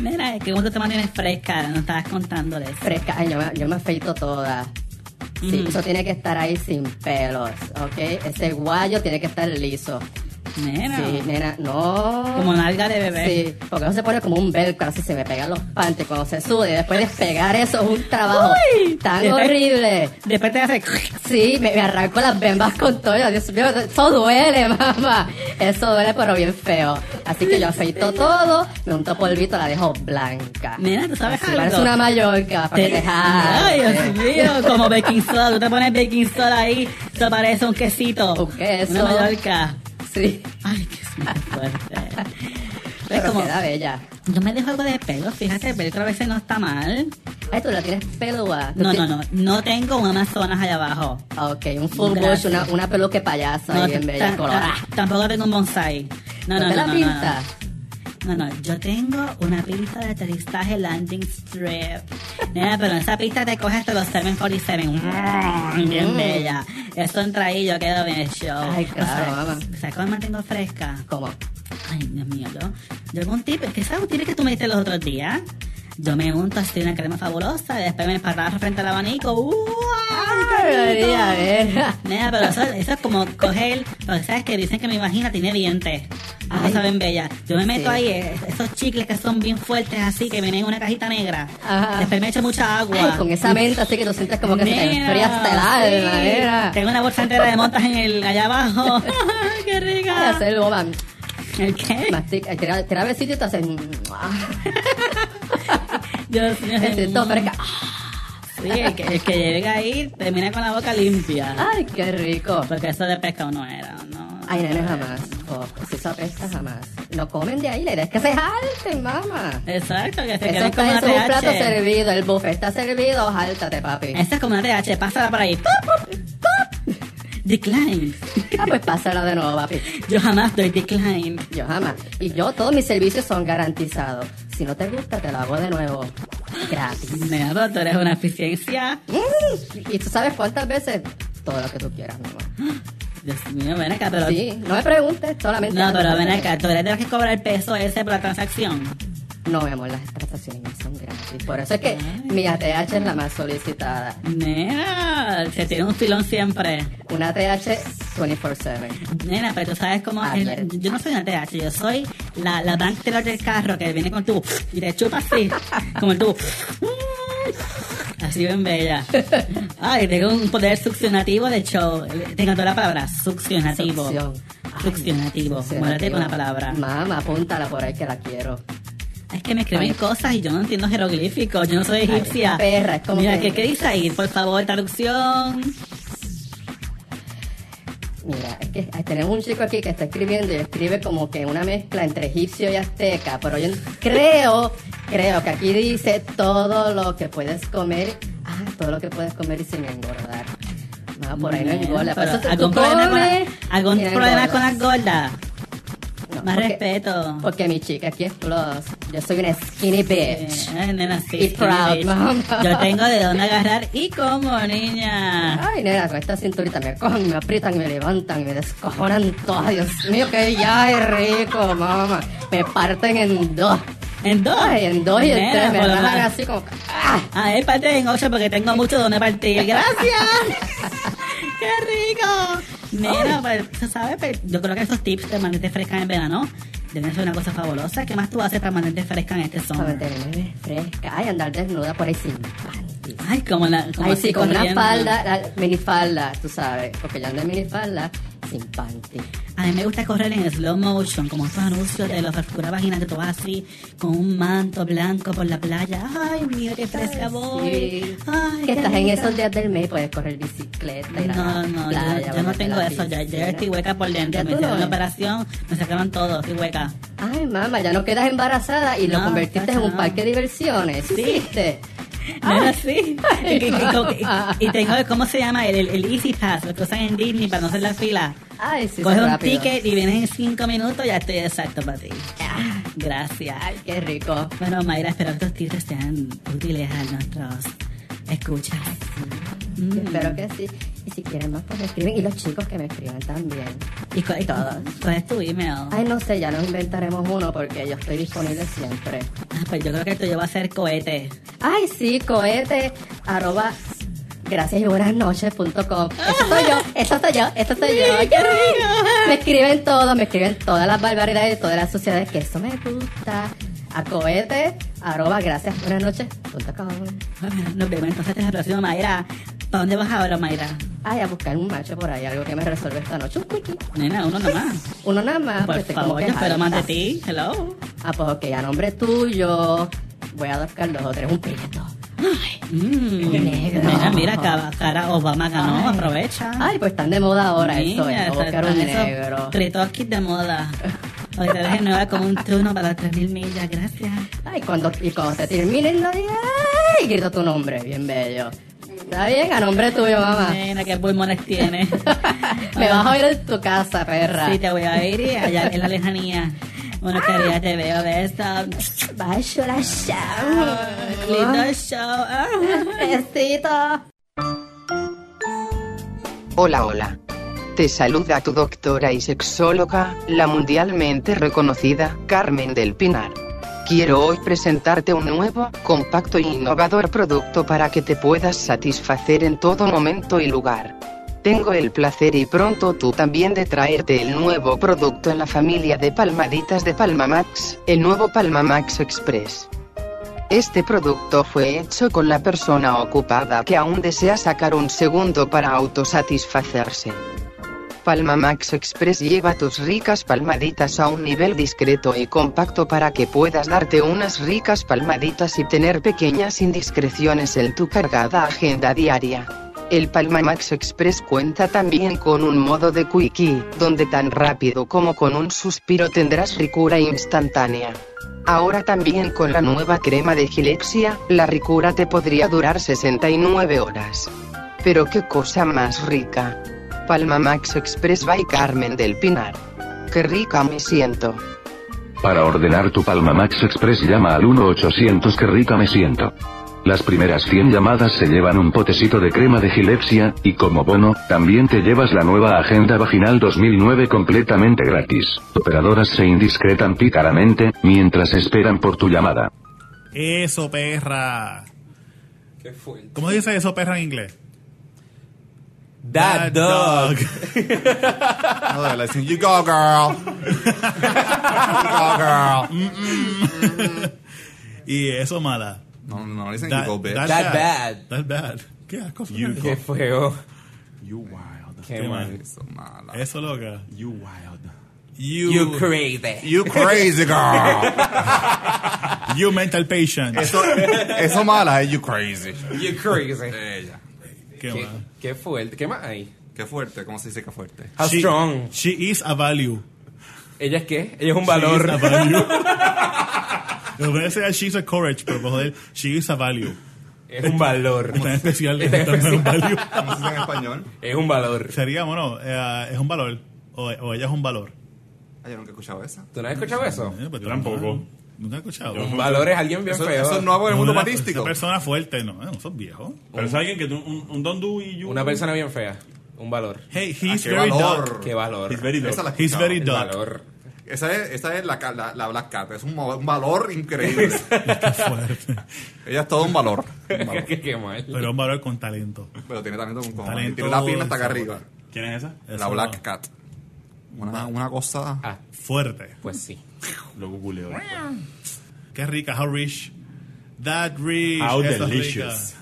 Mira, es que vos te mantienes fresca, no estabas contándoles. Fresca, ay, yo me, yo me afeito toda. Sí, Mm. eso tiene que estar ahí sin pelos, ¿ok? Ese guayo tiene que estar liso. Nena, Sí, nena, no. como nalga de bebé. Sí, porque uno se pone como un velcro, así se me pegan los panties cuando se sube y después despegar eso es un trabajo Uy. tan Después- horrible. Después te hace... Sí, me, me arranco las bembas con todo, Dios mío, eso duele, mamá. Eso duele, pero bien feo. Así que yo afeito todo, me unto polvito, la dejo blanca. Nena, ¿tú sabes Así algo? Parece una mallorca, para que Te- te jale. Ay, Dios mío, como baking soda. Tú te pones baking soda ahí, te parece un quesito. Un queso. Una mallorca. Sí, Ay, que es muy fuerte. Es pero como- queda bella. Yo me dejo algo de pelo, fíjate, el pelo a veces no está mal. Ay, tú la tienes peluda. Tú No, ti- no, no, no tengo unas zonas allá abajo. Ah, Ok, un full bush, Gracias. una, una peluque payasa No, ahí bien t- bella, t- colorada. t- Tampoco tengo un bonsai. No, ¿No no, te no, la no, no, pinta? no. No, no, yo tengo una pista de aterrizaje landing strip. Nena, pero en esa pista te coges hasta los 747. Mm, Bien bella. Eso entra ahí, yo quedo bien show. Ay, claro, mamá. ¿Sabes cómo me mantengo fresca? ¿Cómo? Ay, Dios mío, yo. Yo con un tip, que sabes un tip que tú me diste los otros días. Yo me unto así una crema fabulosa y después me emparraba frente al abanico. ¡Uh! María, mira. Mira, pero eso, eso es como coger, porque sabes que dicen que mi vagina tiene dientes. No Ay. saben bella. Yo me meto Sí. ahí, eh, esos chicles que son bien fuertes así, que vienen en una cajita negra. Ajá. Después me echo mucha agua. Ay, con esa menta así que tú sientes como que se te Mira, enfría hasta el alma, sí. mira. Tengo una bolsa entera de montas en el allá abajo. ¡Qué Ay, rica! hacer el boba. ¿El qué? Mastica, tira, tira besito y te haces. Dios mío, Te siento mm. fresca. Sí, el que, el que llega ahí termina con la boca limpia. Ay, qué rico. Porque eso de pescado no era, no. Ay, nene, jamás. Oh, si eso apesta, jamás. No comen de ahí, la idea es que se jalten, mamá. Exacto, que se Eso quede como una está, eso es un plato TH. servido, el buffet está servido, jáltate, papi. Esa es como una TH, pásala por ahí. ¡Pop, pop, pop! Decline. Ah, pues pásala de nuevo, papi. Yo jamás doy decline. Yo jamás. Y yo, todos mis servicios son garantizados. Si no te gusta, te lo hago de nuevo. Gratis. Me pero tú eres una eficiencia. Mm, Y tú sabes cuántas veces, todo lo que tú quieras, mamá. Dios mío, ven acá, pero. Sí, no me preguntes, solamente. No, pero hazme ven saber. acá, tú eres de las que cobra el peso ese por la transacción. No, mi amor, las transacciones mías son gratis. Por eso es que mi ATH es la más solicitada. Nena, se tiene un filón siempre. Una ATH 24-7. Nena, pero tú sabes cómo. A el- ver. yo no soy una TH, yo soy la, la bank teller del carro que viene con el tubo y te chupa así, como el tubo. Así bien bella. Ay, tengo un poder succionativo de show. Tengo toda la palabra, succionativo. Succión. Succionativo. Sí, Muérete digo. con la palabra. Mamá, apúntala por ahí que la quiero. Es que me escriben Ay. cosas y yo no entiendo jeroglíficos, yo no soy egipcia. perra, es como Mira, que- ¿qué, ¿qué dice ahí? Por favor, traducción. Mira, es que tenemos un chico aquí que está escribiendo y escribe como que una mezcla entre egipcio y azteca, pero yo creo, creo que aquí dice todo lo que puedes comer, ah, todo lo que puedes comer y sin engordar. No, por ahí no engorda. Por Pero eso tú ¿Algún problema, con, la- comes algún y no problema engordas. con las gordas? No, Más porque- respeto. Porque mi chica aquí es plus. Yo soy una skinny bitch. Eh, nena, sí, Be sí, proud, bitch. mamá. Yo tengo de dónde agarrar y como niña. Ay, nena, con esta cinturita me cogen, me aprietan, me levantan, me descojonan todas. Dios mío, que ya es rico, mamá. Me parten en dos. En dos. Ay, en dos y en Nena, tres. Me por lo rajan menos. así como... que, ¡Ah! Ah, es parte en ocho porque tengo mucho donde partir. ¡Gracias! ¡Qué rico! Mira, pues, tú sabes, Pues, yo creo que esos tips de mantenerte fresca en verano deben ser una cosa fabulosa. ¿Qué más tú haces para mantenerte fresca en este Para summer? mantenerme fresca. Ay, andar desnuda por ahí sin panties. Ay, como la... Como Ay, así sí, con una corriendo. falda, la minifalda, tú sabes. Porque yo ando en minifalda sin panties. A mí me gusta correr en slow motion, como esos anuncios de la frescura vagina que tú vas así, con un manto blanco por la playa. Ay, mira qué fresca voy. Sí. Ay, que qué estás en rica. esos días del mes puedes correr bicicleta. ir a No, la no, playa, yo, yo no bañarte en tengo la eso. Ya, ya piscina. estoy hueca por dentro. Me Ya tú lo hicieron la ves. operación, me sacaron todo, estoy hueca. Ay, mamá, ya no quedas embarazada y lo No, convertiste en un no. parque de diversiones. Sí. ¿Hiciste? No era así. Ay, Y- y- no. y, y tengo, ¿cómo se llama? El, el, el Easy Pass, lo que usan en Disney para no hacer la fila. Ay, sí, Coge son un rápidos. ticket y vienes en cinco minutos, ya estoy exacto para ti. Gracias. Ay, qué rico. Bueno, Mayra, espero que estos tips sean útiles a nuestros escuchas. Mm. Espero que sí. Y si quieren más, pues me escriben. Y los chicos que me escriban también. ¿Y cuál, y cuál- cuál es tu email? Ay, no sé, ya nos inventaremos uno porque yo estoy disponible siempre. Ah, pues yo creo que esto yo voy a hacer cohete. Ay, sí, cohete, arroba, gracias y buenas noches punto com. Eso soy yo, eso soy yo, eso soy yo. ¡Qué rico! Me escriben todo, me escriben todas las barbaridades de todas las sociedades, que eso me gusta. A cohete, arroba, gracias, buenas noches punto com. Bueno, nos vemos entonces en la próxima, Mayra. ¿Para dónde vas ahora, Mayra? Ay, a buscar un macho por ahí, algo que me resuelva esta noche. Un quickie. Nena, uno nomás. Uno nada más, Por porque estoy como favor, que yo espero más de harta. ti. Hello. Ah, pues ok, a nombre tuyo, voy a buscar dos o tres, un prieto. Mm. Negro. Mira, mira, cara, cara Obama ganó, Ay. aprovecha. Ay, pues están de moda ahora eso, Mira, es, voy a buscar un están esos negro. Tritoskis de moda. Hoy te dejes nueva con un turno para las 3.000 millas, gracias. Ay, cuando, y cuando se terminen no digas, ay, grito tu nombre, bien bello. Está bien, a nombre tuyo, mamá. Mira, qué pulmones tienes. Me vas a oír en tu casa, perra. Ah. Sí, te voy a ir y allá en la lejanía. Bueno, querida, te veo de esta. Bajo la Lindo chavo. show. Ah. Besito. Hola, hola. Te saluda tu doctora y sexóloga, la mundialmente reconocida Carmen del Pinar. Quiero hoy presentarte un nuevo, compacto e innovador producto para que te puedas satisfacer en todo momento y lugar. Tengo el placer y pronto tú también de traerte el nuevo producto en la familia de palmaditas de Palmamax, el nuevo Palmamax Express. Este producto fue hecho con la persona ocupada que aún desea sacar un segundo para autosatisfacerse. Palma Max Express lleva tus ricas palmaditas a un nivel discreto y compacto para que puedas darte unas ricas palmaditas y tener pequeñas indiscreciones en tu cargada agenda diaria. El Palma Max Express cuenta también con un modo de quickie, donde tan rápido como con un suspiro tendrás ricura instantánea. Ahora también con la nueva crema de Gilexia, la ricura te podría durar 69 horas. Pero qué cosa más rica. Palma Max Express by Carmen del Pinar. Qué rica me siento. Para ordenar tu Palma Max Express llama al 1-800 que rica me siento. Las primeras 100 llamadas se llevan un potecito de crema de gilepsia, y como bono, también te llevas la nueva Agenda Vaginal 2009 completamente gratis. Operadoras se indiscretan pícaramente, mientras esperan por tu llamada. Eso, perra. ¿Qué fue? ¿Cómo dice eso, perra, en inglés? That dog. No, de verdad, dicen, you go, girl. you go, girl. y eso mala. No, no, dicen That- you go, bitch. that That bad. That bad. Qué asco. You Fernando. Qué feo. You wild. Qué mal. Eso, mala. Eso loca. You wild. You, You crazy. You crazy, girl. you mental patient. Eso, eso mala es you crazy. You crazy. Ella. Qué Qué, mal. qué fuerte. ¿Qué más hay? Qué fuerte, ¿cómo se dice que fuerte? How She- strong. She is a value. ¿Ella es qué? Ella es She un is a valor. value. Lo voy a decir she's a courage, pero por joder, she is a value. Es un valor. Está en especial. Está en está en especial. value. ¿Cómo se dice en español? Es un valor. Sería, bueno, eh, es un valor. O, o ella es un valor. Ay, yo nunca he escuchado esa. ¿Tú no has escuchado eso? Eh, pero Tampoco. no, Nunca he escuchado. Un valor es alguien bien Eso, feo. eso es nuevo en el No, mundo una- patístico. Una persona fuerte, no. eh, no sos viejo. Pero es alguien que tú, un, un don't do y you. Una persona bien fea. Un valor. Hey, Ah, he's qué very valor. dark. Qué valor. He's very Esa dark. la he He's escuchado. very El dark. valor. Esa es, esa es la, ca- la, la Black Cat. Es un, mo- un valor increíble. Fuerte. Ella es todo un valor. Un valor. qué, qué mal. Pero un valor con talento. Pero tiene talento con cojones. Talento Tiene la pierna hasta acá y arriba. ¿Quién es esa? Eso la Black no. Cat. Una, una cosa. Ah, Fuerte. pues sí. Lo googleo. Qué rica, how rich. That rich. How esa es rica. delicious.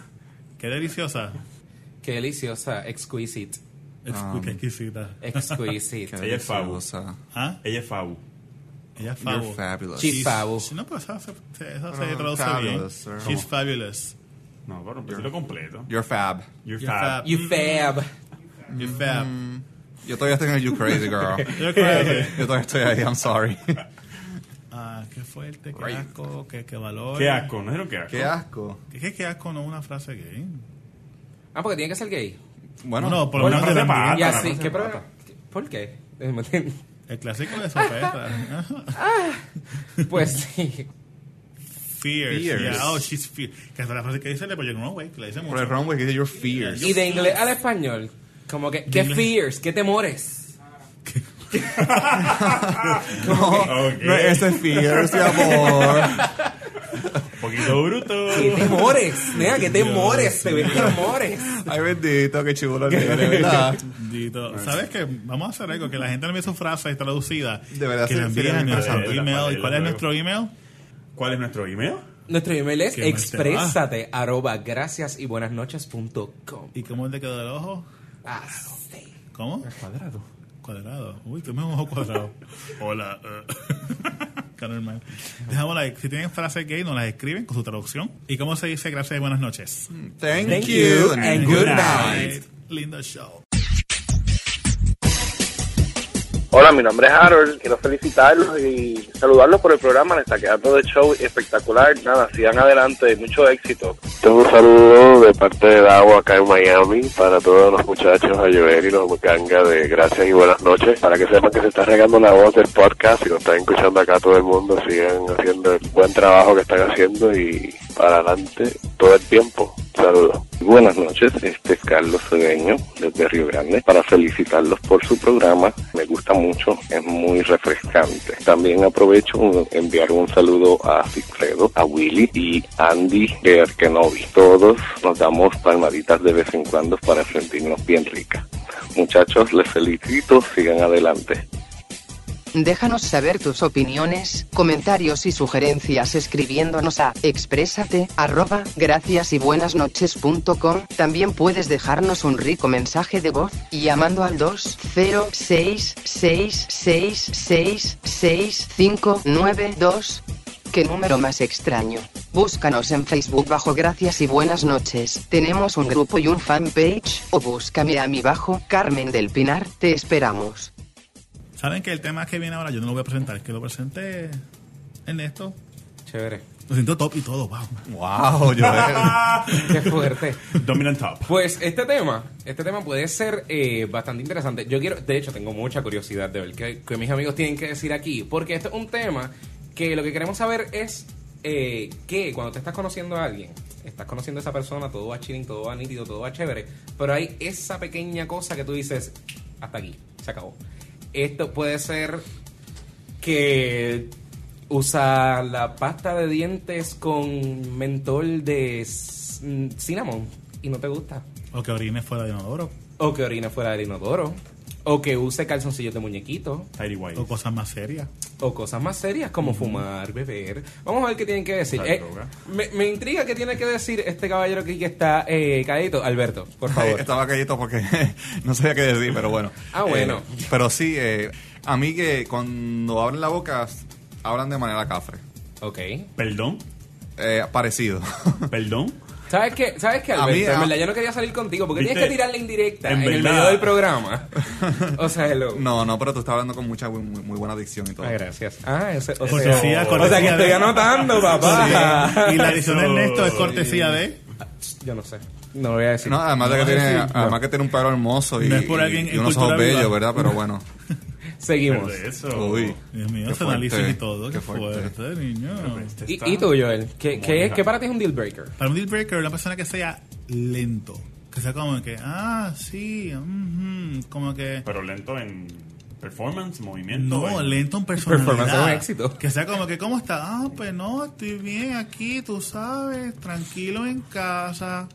Qué deliciosa. Qué deliciosa. Exquisite. Es qué exquisita. Exquisite. Ella es Fabu. deliciosa. ¿Ah? Ella es Fabu. Ella es You're fabo. fabulous. She's fabu. No, pero esa se, se- esa se Ah, traduce fabulous, bien. sir. She's fabulous. No, pero pues lo completo. You're fab. You're You're fab. fab. You fab. You're fab. Yo todavía estoy en el You Crazy Girl. You're crazy. Yo todavía estoy ahí, I'm sorry. Ah, qué fuerte, qué Right. asco, qué, qué valor. Qué asco, ¿no es lo que asco? Qué asco. ¿Qué, qué asco no es una frase gay? Ah, porque tiene que ser gay. Bueno, no, por lo Bueno, menos de la frase para- Y mía. la así, cosa ¿qué se problema? ¿Por qué? Déjame tener- El clásico de sopeta. Pues sí. Fierce. Fierce. Yeah, oh, she's fierce. Que hasta la frase que dice le pues, no, güey, que le dice por el mucho. runway que dice You're fierce. Y de inglés al español, como que, ¿qué inglés. fears? ¿Qué temores? No, no, ese es fierce, mi amor. Poquito bruto. ¿Qué temores? Nea, ¿qué temores? Te ves temores. Ay, bendito, qué chulo el nene, Ah. ¿verdad? Dito, ¿Sabes qué? Vamos a hacer algo, que la gente envíe sus frases traducidas. Debería que ser- la envíen sería a nuestro interesante. email. ¿Y cuál es Luego. nuestro email? ¿Cuál es nuestro email? Nuestro email es Qué mal te va. exprésate arroba gracias y buenas noches punto com. ¿Y cómo te quedó el ojo? Ah, sí. ¿Cómo? Cuadrado. Cuadrado. Uy, tú me un ojo cuadrado. Hola. eh. Qué normal. Dejamos like. Si tienen frases gay, nos las escriben con su traducción. ¿Y cómo se dice gracias y buenas noches? Thank, Thank you you and good night. Lindo show. Hola, mi nombre es Harold. Quiero felicitarlos y saludarlos por el programa. Les está quedando de show espectacular. Nada, sigan adelante. Mucho éxito. Un saludo de parte de Dago acá en Miami para todos los muchachos, a Joel y los Mucanga de gracias y buenas noches. Para que sepan que se está regando la voz del podcast y lo están escuchando acá todo el mundo, sigan haciendo el buen trabajo que están haciendo y para adelante todo el tiempo. Saludos. Buenas noches, este es Carlos Cedeño desde Río Grande para felicitarlos por su programa. Me gusta mucho, es muy refrescante. También aprovecho un- enviar un saludo a Cicledo, a Willy y Andy de Arkenovi. Todos nos damos palmaditas de vez en cuando para sentirnos bien ricas. Muchachos, les felicito, sigan adelante. Déjanos saber tus opiniones, comentarios y sugerencias escribiéndonos a exprésate arroba gracias y buenas También puedes dejarnos un rico mensaje de voz llamando al 20666666592. Qué número más extraño. Búscanos en Facebook bajo Gracias y Buenas noches. Tenemos un grupo y un fanpage. O búscame a mi bajo Carmen del Pinar. Te esperamos. Saben que el tema que viene ahora yo no lo voy a presentar, es que lo presenté Ernesto. Chévere. Lo siento top y todo, wow. Wow, Joel. Qué fuerte. Dominant Top. Pues este tema, este tema puede ser eh, bastante interesante. Yo quiero, de hecho, tengo mucha curiosidad de ver qué, qué mis amigos tienen que decir aquí, porque este es un tema que lo que queremos saber es eh, que cuando te estás conociendo a alguien, estás conociendo a esa persona, todo va chilling, todo va nítido, todo va chévere, pero hay esa pequeña cosa que tú dices, hasta aquí, se acabó. Esto puede ser que usa la pasta de dientes con mentol de c- cinnamon y no te gusta. O que orines fuera de inodoro. O que orina fuera del inodoro. O que use calzoncillos de muñequito. O cosas más serias. O cosas más serias como fumar, beber. Vamos a ver qué tienen que decir. Usar Eh, droga. me, me intriga qué tiene que decir este caballero aquí que está eh, calladito. Alberto, por favor. Estaba calladito porque no sabía qué decir, pero bueno. Ah, bueno. Eh, pero sí, eh, a mí que cuando abren la boca, hablan de manera cafre. Eh, Ok. ¿Perdón? parecido. ¿Perdón? ¿Sabes qué? ¿Sabes qué, A Alberto? mí, en a- verdad, yo no quería salir contigo porque tienes ¿Viste? que tirar la indirecta en, En el verdad. medio del programa. O sea, hello. No, no, pero tú estás hablando con mucha muy, muy- muy buena adicción y todo. Ah, gracias. Ah, ese, o, Cortesía, sea, o cortesía sea, que de- estoy anotando, papá. Sí. Y la edición de Ernesto es cortesía de- Yo no sé. No lo voy a decir. No, además, de que, No voy a tiene, decir. además No. que tiene un pelo hermoso y, No es por alguien y en unos cultura ojos bellos, viva. ¿verdad? Pero bueno. Seguimos. Pero eso- Uy. Dios mío, Qué ese análisis fuerte, y todo. Qué qué fuerte, fuerte. niño. este ¿Y, y tú, Joel? ¿Qué, qué, es- qué para ti es un deal breaker? Para un deal breaker, una persona que sea lento. Que sea como que, ah, sí, mhm, como que. Pero lento en performance, movimiento. No, en- lento en personalidad. Performance es un éxito. Que sea como que, ¿cómo está? Ah, pues no, estoy bien aquí, tú sabes, tranquilo en casa.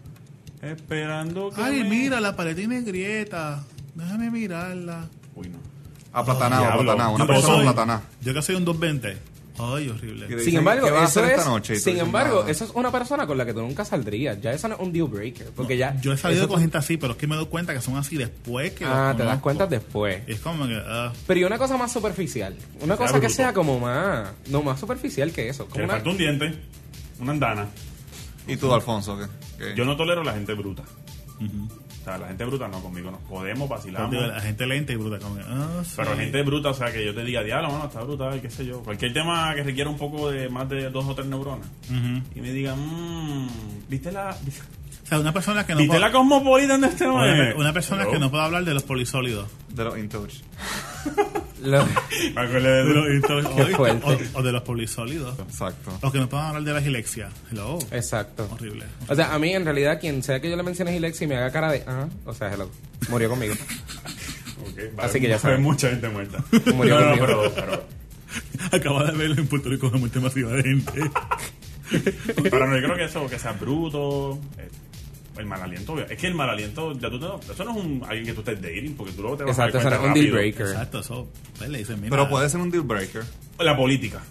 Esperando que. Ay, me- mira, la pared tiene grieta. Déjame mirarla. Uy, no. Aplatanado, Oh, diablo. aplatanado. Una Yo persona soy- aplatanada. Yo que soy un 220. Ay, horrible. Sin embargo, eso es, Y tú sin dices, embargo nada. eso es una persona con la que tú nunca saldrías. Ya eso no es un deal breaker. Porque ya. Yo he salido eso- con gente así, pero es que me doy cuenta que son así después que. Ah, los te das conozco. cuenta después. Es como que. ah, Pero y una cosa más superficial. Sea Una cosa que bruto. sea como más. No, más superficial que eso. Que Como le una, falta un diente, una andana. ¿Y tú, Alfonso? ¿qué? Yo no tolero la gente bruta. O sea, la gente bruta no, conmigo nos podemos, vacilamos. contigo, la gente lenta y bruta. Como que, ah, sí. Pero gente bruta, o sea, que yo te diga, diablo, mano, está brutal, qué sé yo. Cualquier tema que requiera un poco de más de dos o tres neuronas. Ujú. Y me diga, mmm, ¿viste la, viste, O sea, una persona que no. la cosmopolitan de este una, momento? una persona Hello. que no puede hablar de los polisólidos. De los intouch. Me acuerdo de- Qué fuerte. o, o de los polisólidos. Exacto. O que no puedan hablar de la gilexias. Hello. Eh. Exacto. Horrible. O sea, a mí en realidad, quien sea que yo le mencione Hilexi y me haga cara de. Ah, o sea, hello. Murió conmigo. Ok, va a Así haber- que ya va a saben. haber mucha gente muerta. Murió No, no, conmigo. pero, pero, Acaba de verlo en Puerto Rico una muerte masiva de gente. pero no, yo creo que eso, que sea bruto. eh, El mal aliento, obvio. es que el mal aliento, ya tú te- eso no es un, alguien que tú estés dating, porque tú luego te vas a dar cuenta rápido. Exacto, eso. pues, le dicen, mira, Pero puede ser un deal breaker. La política.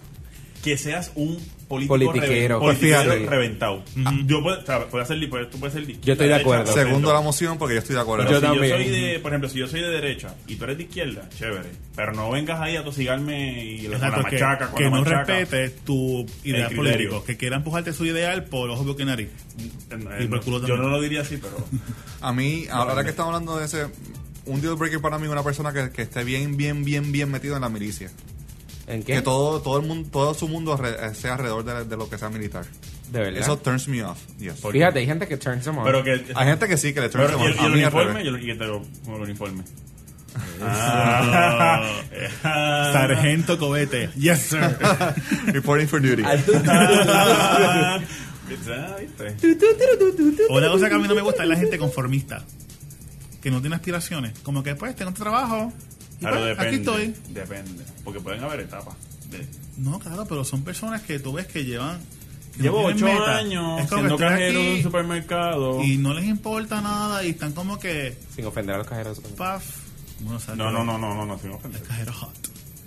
Que seas un político Politiquero. reven- Pues politiquero fíjate. reventado. Yo puedo, o sea, puede ser, li- puede- tú puedes ser de izquierda, Yo estoy de derecha, acuerdo. perfecto. Segundo la moción, porque yo estoy de acuerdo. Pero si yo soy de, por ejemplo, si yo soy de derecha y tú eres de izquierda, chévere. Pero no vengas ahí a tosigarme y con la Exacto, que, machaca, con que la no machaca. respete tu ideal criterio. político. Que quiera empujarte su ideal por ojos, boca y nariz. Y por el culo yo también. no lo diría así, pero. A mí, No, ahora no. que estamos hablando de ese, un deal breaker para mí es una persona que, que esté bien, bien, bien, bien metido en la milicia. ¿En qué? Que todo, todo, el mundo, todo su mundo re- eh, sea alrededor de, de lo que sea militar. De verdad. Eso turns me off. yes. Fíjate, hay gente que turns them on. pero que, Hay gente que sí, que le turns Pero, on. ¿Y el, y A el mí al uniforme? revés. Yo lo- y que te lo- como el uniforme. Ah. Sargento Cobete. Yes, sir. Reporting for duty. Ah, ¿viste? O una cosa que a mí no me gusta es la gente conformista. Que no tiene aspiraciones. Como que pues tengo un trabajo. y, Claro, pues, depende. aquí estoy. Depende. Porque pueden haber etapas. De, No, claro, pero son personas que tú ves que llevan. que Llevo no ocho tienen meta. años Es como que siendo estoy cajero aquí de un supermercado. Y no les importa nada y están como que. Sin ofender a los cajeros. Paf. Uno sale- No, no, no, no, no, no, sin ofender. Cajero hot.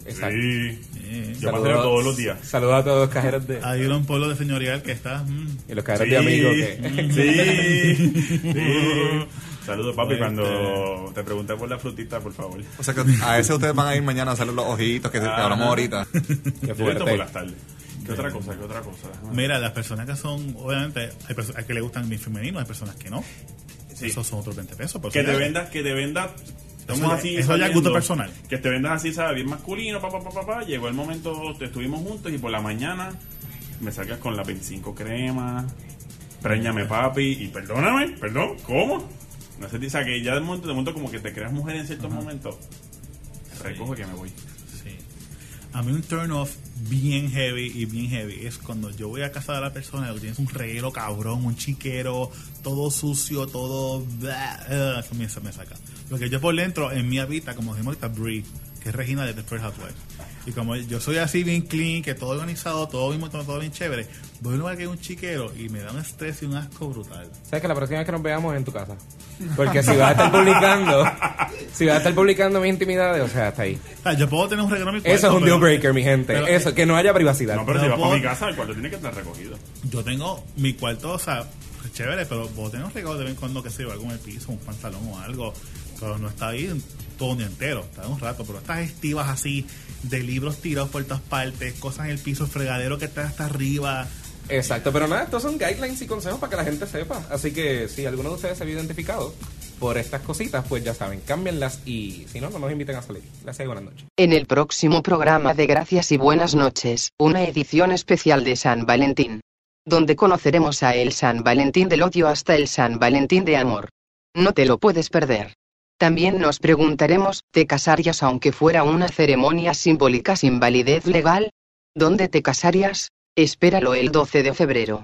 Eh. Exacto. Sí. Yo Saludos- paseo todos los días. Saludos a todos los cajeros de. Hay un pueblo de señorial que está. mm. Y los cajeros de amigos que. Sí. sí. Saludos, papi. Este. Cuando te pregunté por la frutita, por favor. O sea que a ese ustedes van a ir mañana a hacerle los ojitos que, que Ajá. hablamos ahorita. Yo fuerte. esto por las tardes. ¿Qué otra cosa? ¿Qué otra cosa? Mira, las personas que son, obviamente, hay personas que le gustan bien femenino, hay personas que no. Esos son otros 20 pesos. pero que te son- vendas, que te vendas. Eso Estamos ya- así. eso ya es gusto saliendo, personal. Que te vendas así, ¿sabes? Bien masculino, papá, papá, papá. Llegó el momento, te estuvimos juntos y por la mañana me salgas con la 25 crema, préñame papi y perdóname, perdón, ¿cómo? No sé, o sea, que ya de momento, de momento como que te creas mujer en ciertos momentos. Recojo que me voy. Sí. A mí un turn off bien heavy y bien heavy es cuando yo voy a casa de la persona y tienes un reguero cabrón, un chiquero, todo sucio, todo... bla, ugh, comienza, me saca. Lo que yo por dentro, en mi habita, como decimos ahorita, Brie, que es Regina de The First Housewives. Y como yo soy así bien clean, que todo organizado, todo bien montado, todo bien chévere, voy a un lugar que hay un chiquero y me da un estrés y un asco brutal. ¿Sabes que la próxima vez que nos veamos es en tu casa? Porque si vas a estar publicando, si vas a estar publicando mis intimidades, o sea, hasta ahí. O sea, yo puedo tener un reguero en mi cuarto, Eso es un pero- deal breaker, mi gente. pero- Eso, que no haya privacidad. No, pero No si vas puedo- para mi casa, el cuarto tiene que estar recogido. Yo tengo mi cuarto, o sea, pues, chévere, pero puedo tener un regalo de vez en cuando que se lleva algo en el piso, un pantalón o algo, pero no está ahí todo ni entero, está un rato, pero estas estivas así, de libros tirados por todas partes, cosas en el piso, fregadero que está hasta arriba. Exacto, pero nada, estos son guidelines y consejos para que la gente sepa. Así que si alguno de ustedes se vio identificado por estas cositas, pues ya saben, cámbienlas y si no, no nos inviten a salir. Gracias y buenas noches. En el próximo programa de Gracias y Buenas noches, una edición especial de San Valentín. Donde conoceremos a el San Valentín del odio hasta el San Valentín de amor. No te lo puedes perder. También nos preguntaremos, ¿te casarías aunque fuera una ceremonia simbólica sin validez legal? ¿Dónde te casarías? Espéralo el 12 de febrero.